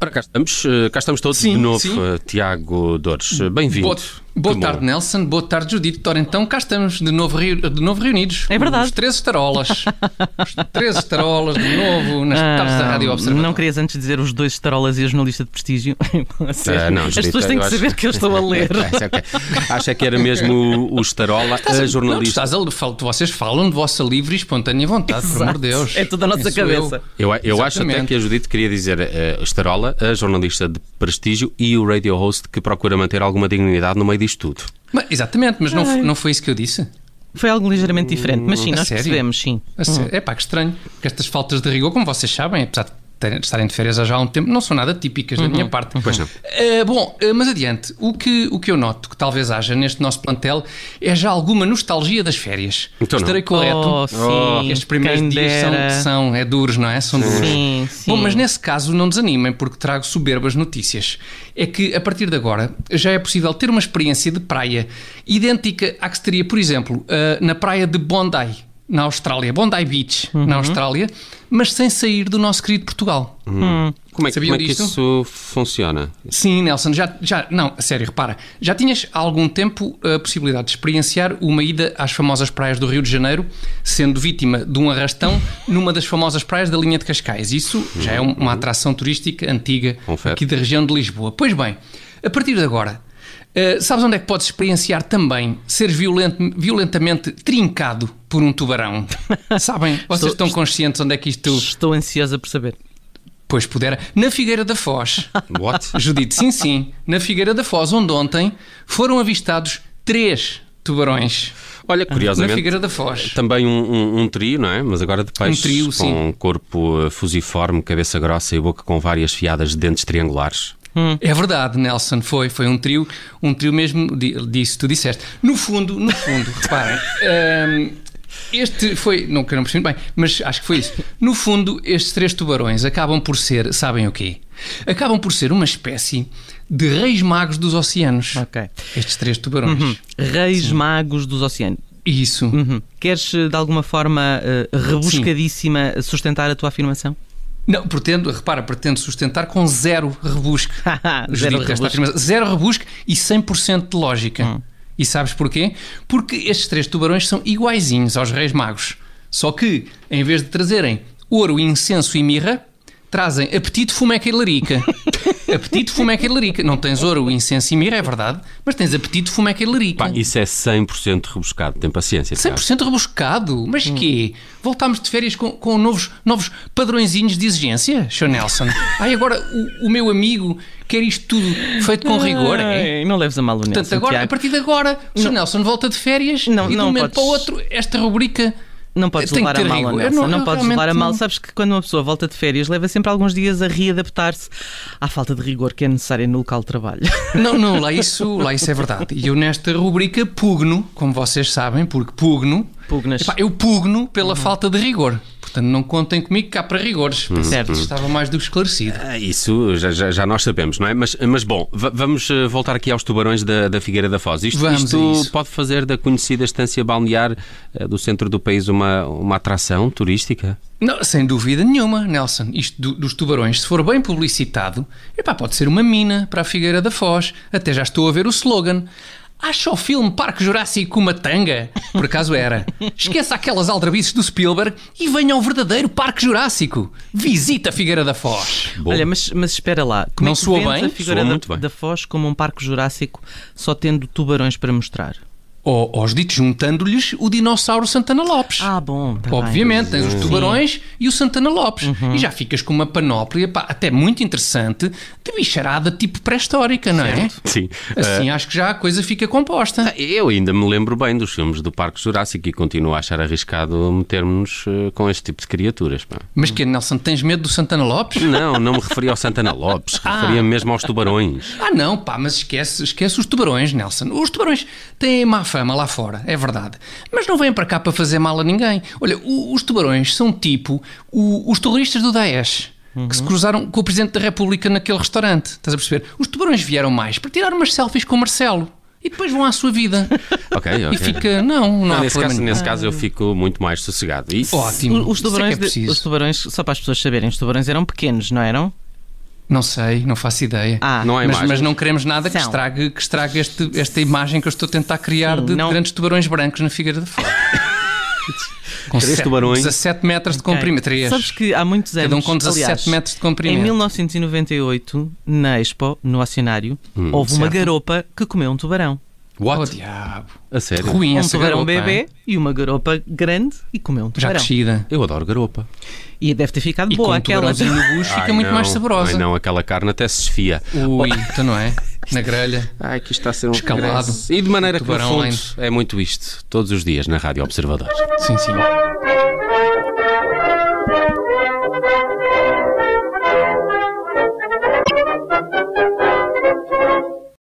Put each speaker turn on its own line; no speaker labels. Ora, cá estamos, eh, cá estamos todos
Sim,
de novo,
sim.
eh, Tiago Dores. Eh, Bem-vindo.
Boa, boa
Que
tarde,
bom.
Nelson. Boa tarde, Judito. Ora, então cá estamos de novo, reu- de novo reunidos.
É verdade.
Os três estarolas. os três estarolas de novo nas
Ah,
tardes da Rádio Observador.
Não querias antes dizer os dois estarolas e o jornalista de prestígio? Ou seja,
Ah, não,
As
Judita,
pessoas têm
eu
que
acho-
saber que eu estou a ler.
Ok, ok. Acho é que era mesmo o, o Starola, a
Não, tu
jornalista.
estás a, fal- vocês falam de vossa livre e espontânea vontade, por amor de Deus.
É tudo a nossa
Isso
cabeça.
Eu, eu acho até
Exatamente.
que a Judite queria dizer eh, Starola, a jornalista de prestígio e o radio host que procura manter alguma dignidade no meio disto tudo.
Mas- exatamente, mas não, f-
Ai.
não foi isso que eu disse?
Foi algo ligeiramente diferente, mas sim,
a
nós
sério?
percebemos, sim.
Hum.
É pá, que estranho. Porque estas faltas de rigor, como vocês sabem, apesar de terem- de estarem de férias há já há um tempo, não são nada típicas da minha parte.
Uhum. Pois não.
Eh, bom, eh, mas adiante. O que, o que eu noto que talvez haja neste nosso plantel é já alguma nostalgia das férias.
Então não.
Estarei correto.
Oh, sim,
Estes primeiros
quem
dias
dera.
são, são, é duros, não é? São duros.
Sim, sim.
Bom, mas nesse caso não desanimem, porque trago soberbas notícias. É que a partir de agora já é possível ter uma experiência de praia idêntica à que se teria, por exemplo, ah, na praia de Bondi, na Austrália, Bondi Beach,
Uhum.
na Austrália, mas sem sair do nosso querido Portugal.
Hum.
Como é, que-
Sabiam
como é que
disto?
isso funciona?
Sim, Nelson, já, já, não, a sério, repara, já tinhas há algum tempo a possibilidade de experienciar uma ida às famosas praias do Rio de Janeiro, sendo vítima de um arrastão numa das famosas praias da linha de Cascais. Isso já é um- uma atração turística antiga
Confere.
aqui da região de Lisboa. Pois bem, a partir de agora, eh, sabes onde é que podes experienciar também ser violento- violentamente trincado por um tubarão? Sabem? Vocês
Estou-
estão conscientes onde é que isto,
Estou ansiosa por saber.
pois pudera? Na Figueira da Foz.
What?
Judite, sim, sim, na Figueira da Foz, onde ontem foram avistados três tubarões.
Olha,
Na
curiosamente,
Figueira da Foz.
Também um, um- um trio, não é? Mas agora de peixe.
Um trio,
com
sim.
corpo eh, fusiforme, cabeça grossa e boca com várias fiadas de dentes triangulares.
É verdade, Nelson, foi, foi um trio, um trio mesmo di- disso, tu disseste. No fundo, no fundo, reparem, hum, este foi, não que eu não percebi bem, mas acho que foi isso. No fundo, estes três tubarões acabam por ser, sabem o quê? Acabam por ser uma espécie de reis magos dos oceanos.
Ok. Uhum.
Estes três tubarões.
Reis Magos dos Oceanos.
Isso.
Uhum. Queres eh, de alguma forma eh, rebuscadíssima sustentar a tua afirmação?
Não, pretendo, repara, pretendo sustentar com zero rebusque.
Zero
Judite, esta
rebusque. Hum.
afirmação. Zero rebusque e 100% de lógica. E sabes porquê? Porque estes três tubarões são iguaizinhos aos reis magos. Só que, em vez de trazerem ouro, incenso e mirra, trazem apetite, fumeca e larica. apetite, fumeca e larica. Não tens ouro, incenso e mirra, é verdade, mas tens apetite, fumeca e larica.
Pá, isso é 100% rebuscado. Tem paciência. Tiago.
100% rebuscado. Mas
Hum.
quê? Voltámos de férias com, com novos, novos padrõezinhos de exigência, Sr.
Hum.
Nelson? Ai, agora o, o meu amigo quer isto tudo feito com rigor, é?
Ai, Não leves a mal o
Portanto,
Nelson,
agora, a
Tiago.
partir de agora, o Sr. Nelson volta de férias
Não,
e de um
não
momento
podes-
para o outro esta rubrica...
Não podes
tem que
levar
ter
a mal,
rigor.
ó,
Eu
Nelson. Não,
não- eu
podes levar a
realmente
mal.
não-
Sabes que quando uma pessoa volta de férias leva sempre alguns dias a readaptar-se à falta de rigor que é necessária no local de trabalho.
Não, não, lá isso, lá isso é verdade. E eu nesta rubrica pugno, como vocês sabem, porque pugno...
Pugnas.
Epá, eu pugno pela falta de rigor. Portanto, não contem comigo cá para rigores.
Certo.
Estava mais do que esclarecido.
Ah, Isso já, já- já nós sabemos, não é? Mas, mas bom, va- vamos eh, voltar aqui aos tubarões da, da Figueira da Foz. Isto,
Vamos
isto
a isso.
pode fazer da conhecida estância balnear eh, do centro do país uma, uma atração turística?
Não, sem dúvida nenhuma, Nelson. Isto do- dos tubarões, se for bem publicitado, epá, pode ser uma mina para a Figueira da Foz. Até já estou a ver o slogan. Acha o filme Parque Jurássico uma tanga? Por acaso era. Esqueça aquelas aldrabices do Spielberg e venha ao verdadeiro Parque Jurássico. Visita a Figueira da Foz.
Bom,
Olha, mas, mas espera lá. Como
Não
é que
soa
vendes
bem?
a figura
Soa
da,
muito bem.
da Foz como um parque jurássico só tendo tubarões para mostrar?
Ou, aos ditos, juntando-lhes o dinossauro Santana Lopes.
Ah, bom. tá bem. Uhum.
Obviamente, tens os tubarões e o Santana Lopes. E já ficas com uma panóplia, pá, até muito interessante, de bicharada tipo pré-histórica, não é?
sim.
Assim acho que já a coisa fica composta.
Ah, Eu ainda me lembro bem dos filmes do Parque Jurássico e continuo a achar arriscado metermos eh, com este tipo de criaturas. Pá.
Mas que Nelson, tens medo do Santana Lopes?
Não, não me referia ao Santana Lopes, referia-me mesmo aos tubarões.
Ah não, pá, mas esquece, esquece os tubarões, Nelson. Os tubarões têm má fama lá fora, é verdade. Mas não vêm para cá para fazer mal a ninguém. Olha, o- os tubarões são tipo o- os terroristas do Daesh. Que
Uhum.
se cruzaram com o Presidente da República naquele restaurante. Estás a perceber? Os tubarões vieram mais para tirar umas selfies com o Marcelo e depois vão à sua vida.
Ok, ok.
E fica, não, não, há
nesse,
problema
caso,
nenhum.
nesse caso eu fico muito mais sossegado. E
Ótimo.
Os, os
Isso é que
tubarões,
é
de-
preciso.
os tubarões, só para as pessoas saberem, os tubarões eram pequenos, não eram?
Não sei, não faço ideia.
Ah,
Não há
mas,
imagem.
mas não queremos nada que
São.
estrague, que estrague este- esta imagem que eu estou a tentar criar
Sim,
de
não-
grandes tubarões brancos na Figueira da Foz. com
Três
sete-
tubarões.
17 metros de comprimento. Três.
Sabes que há muitos anos.
Cada um com 17
aliás,
metros de comprimento.
Em 1998, na Expo, no Acionário, houve uma
certo.
garopa que comeu um tubarão.
Oh,
What?
diabo.
A sério?
Ruim
um
essa
tubarão
garopa,
bebê
hein?
e uma garopa grande e comeu um
é? Já
tubarão.
crescida.
Eu adoro garopa.
E deve ter ficado
E com
boa
um
aquela.
tubarãozinho no bucho fica
Ai,
muito
não.
mais saborosa.
Ai, não, aquela carne até se esfia.
Ui, então não é? Na grelha.
Ai, que está a ser um
Escalado.
regresso. E de maneira que, no
Tubarão
fundo,
lento.
é muito isto. Todos os dias na Rádio Observador.
Sim, sim.